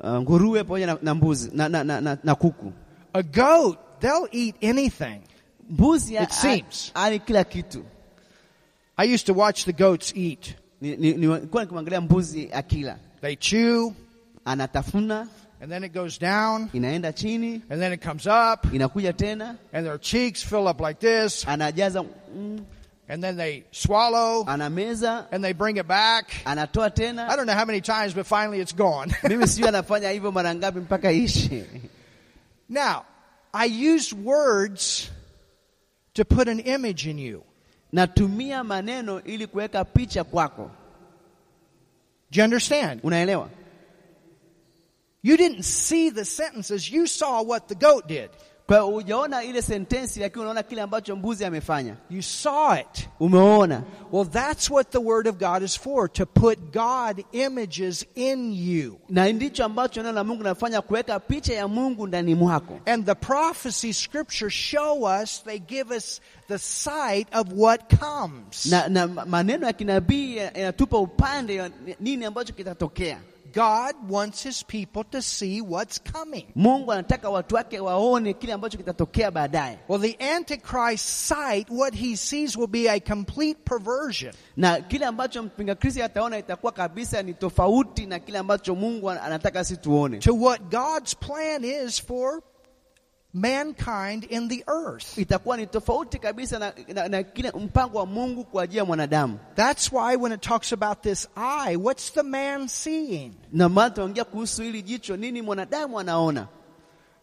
ah, nguruwe pamoja na, na mbuzi na, na, na, na, na kuku. A goat, they'll eat anything. Mbuzi It seems. ali kila kitu. I used to watch the goats eat. Ni- ni- ni- Nilikuwa nikimwangalia mbuzi akila, They chew, anatafuna, and then it goes down, inaenda chini, and then it comes up, inakuja tena, and their cheeks fill up like this, anajaza mm, and then they swallow, anameza, and they bring it back. anatoa I tena. don't know how many times, but finally it's gone. Mimi sijui anafanya hivyo mara ngapi mpaka ishe. Now, I use words to put an image in you. Natumia maneno ili kuweka picha kwako, Do you understand? unaelewa? You didn't see the sentences, you saw what the goat did. Kwa hiyo hujaona ile sentensi, lakini unaona kile ambacho mbuzi amefanya. You saw it. umeona Well, that's what the Word of God is for to put God images in you. na ndicho ambacho neno la Mungu nafanya kuweka picha ya Mungu ndani mwako. And the prophecy scriptures show us, they give us the sight of what comes. Na, na maneno ya kinabii yanatupa upande wa nini ambacho kitatokea. God wants his people to see what's coming. Mungu anataka watu wake waone kile ambacho kitatokea baadaye, Well, the Antichrist sight, what he sees will be a complete perversion. na kile ambacho mpinga Kristo ataona itakuwa kabisa ni tofauti na kile ambacho Mungu an- anataka sisi tuone, to what God's plan is for mankind in the earth. itakuwa ni tofauti kabisa na, na, na kile mpango wa Mungu kwa ajili ya mwanadamu. That's why when it talks about this eye, what's the man seeing? Na maana tunaongea kuhusu hili jicho, nini mwanadamu anaona?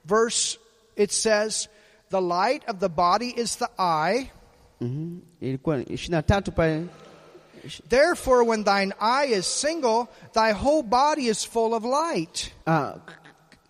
Verse it says, "The light of the body is the eye. mm Ilikuwa ishirini na tatu pale Therefore when thine eye is single, thy whole body is full of light." ah, k-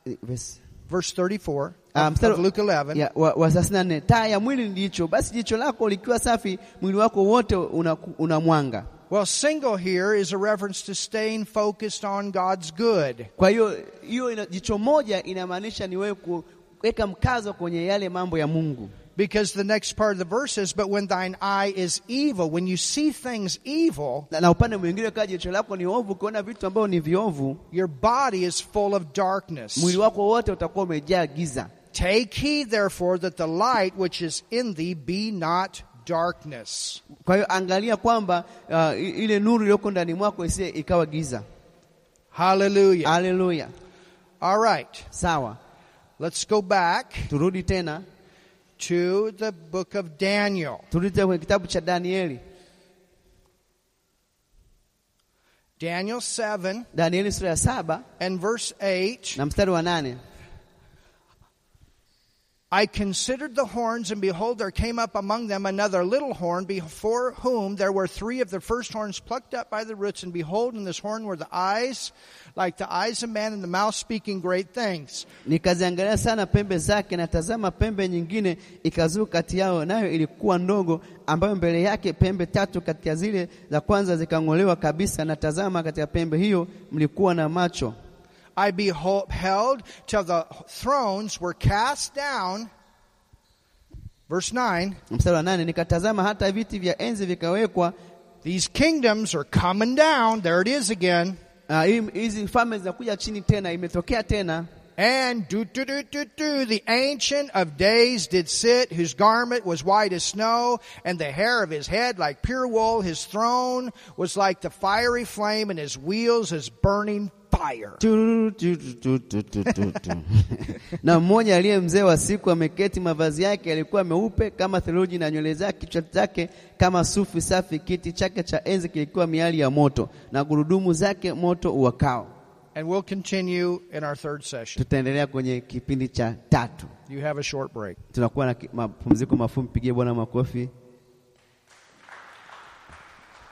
k- verse- Verse 34 ah, of, mstari of Luke 11. ya, wa, wa 34, taa ya mwili ni jicho. Basi jicho lako likiwa safi, mwili wako wote una, una mwanga. Well, single here is a reference to staying focused on God's good. Kwa hiyo hiyo ina- jicho moja inamaanisha ni wewe kuweka mkazo kwenye yale mambo ya Mungu, Because the next part of the verse is, but when thine eye is evil, when you see things evil, na, na upande mwingine kama jicho lako ni ovu, ukiona vitu ambavyo ni viovu, your body is full of darkness. mwili wako wote utakuwa umejaa giza. Take heed, therefore, that the light which is in thee be not darkness. Kwa hiyo angalia kwamba ah, i- ile nuru iliyoko ndani mwako isije ikawa giza. Hallelujah. Haleluya! All right, Sawa, let's go back turudi tena, to the book of Daniel. turudi tena kwenye kitabu cha Danieli, Daniel 7 Danieli sura ya saba and verse 8. na mstari wa nane. I considered the horns, and behold, there came up among them another little horn, before whom there were three of the first horns plucked up by the roots. And behold, in this horn were the eyes, like the eyes of man, and the mouth speaking great things. Nikaziangalia sana pembe zake, na tazama, pembe nyingine ikazuka kati yao, nayo ilikuwa ndogo, ambayo mbele yake pembe tatu kati ya zile za kwanza zikang'olewa kabisa. Na tazama, katika pembe hiyo mlikuwa na macho, I beheld till the thrones were cast down. Verse 9 mstari wa nane. Nikatazama hata viti vya enzi vikawekwa. These kingdoms are coming down. There it is again. Ah, hii- Hizi falme zinakuja chini tena, imetokea tena And do do do do do the ancient of days did sit, whose garment was white as snow, and the hair of his head like pure wool, his throne was like the fiery flame, and his wheels as burning fire. Tu- tu- tu- tu- tu- tu- tu. na mmoja aliye mzee wa siku ameketi, mavazi yake yalikuwa meupe kama theluji, na nywele zake kichwa chake kama sufu safi. Kiti chake cha enzi kilikuwa miali ya moto, na gurudumu zake moto uwakao. And we'll continue in our third session. Tutaendelea kwenye kipindi cha tatu, You have a short break. tunakuwa na ki- mapumziko mafupi. Pigie Bwana makofi.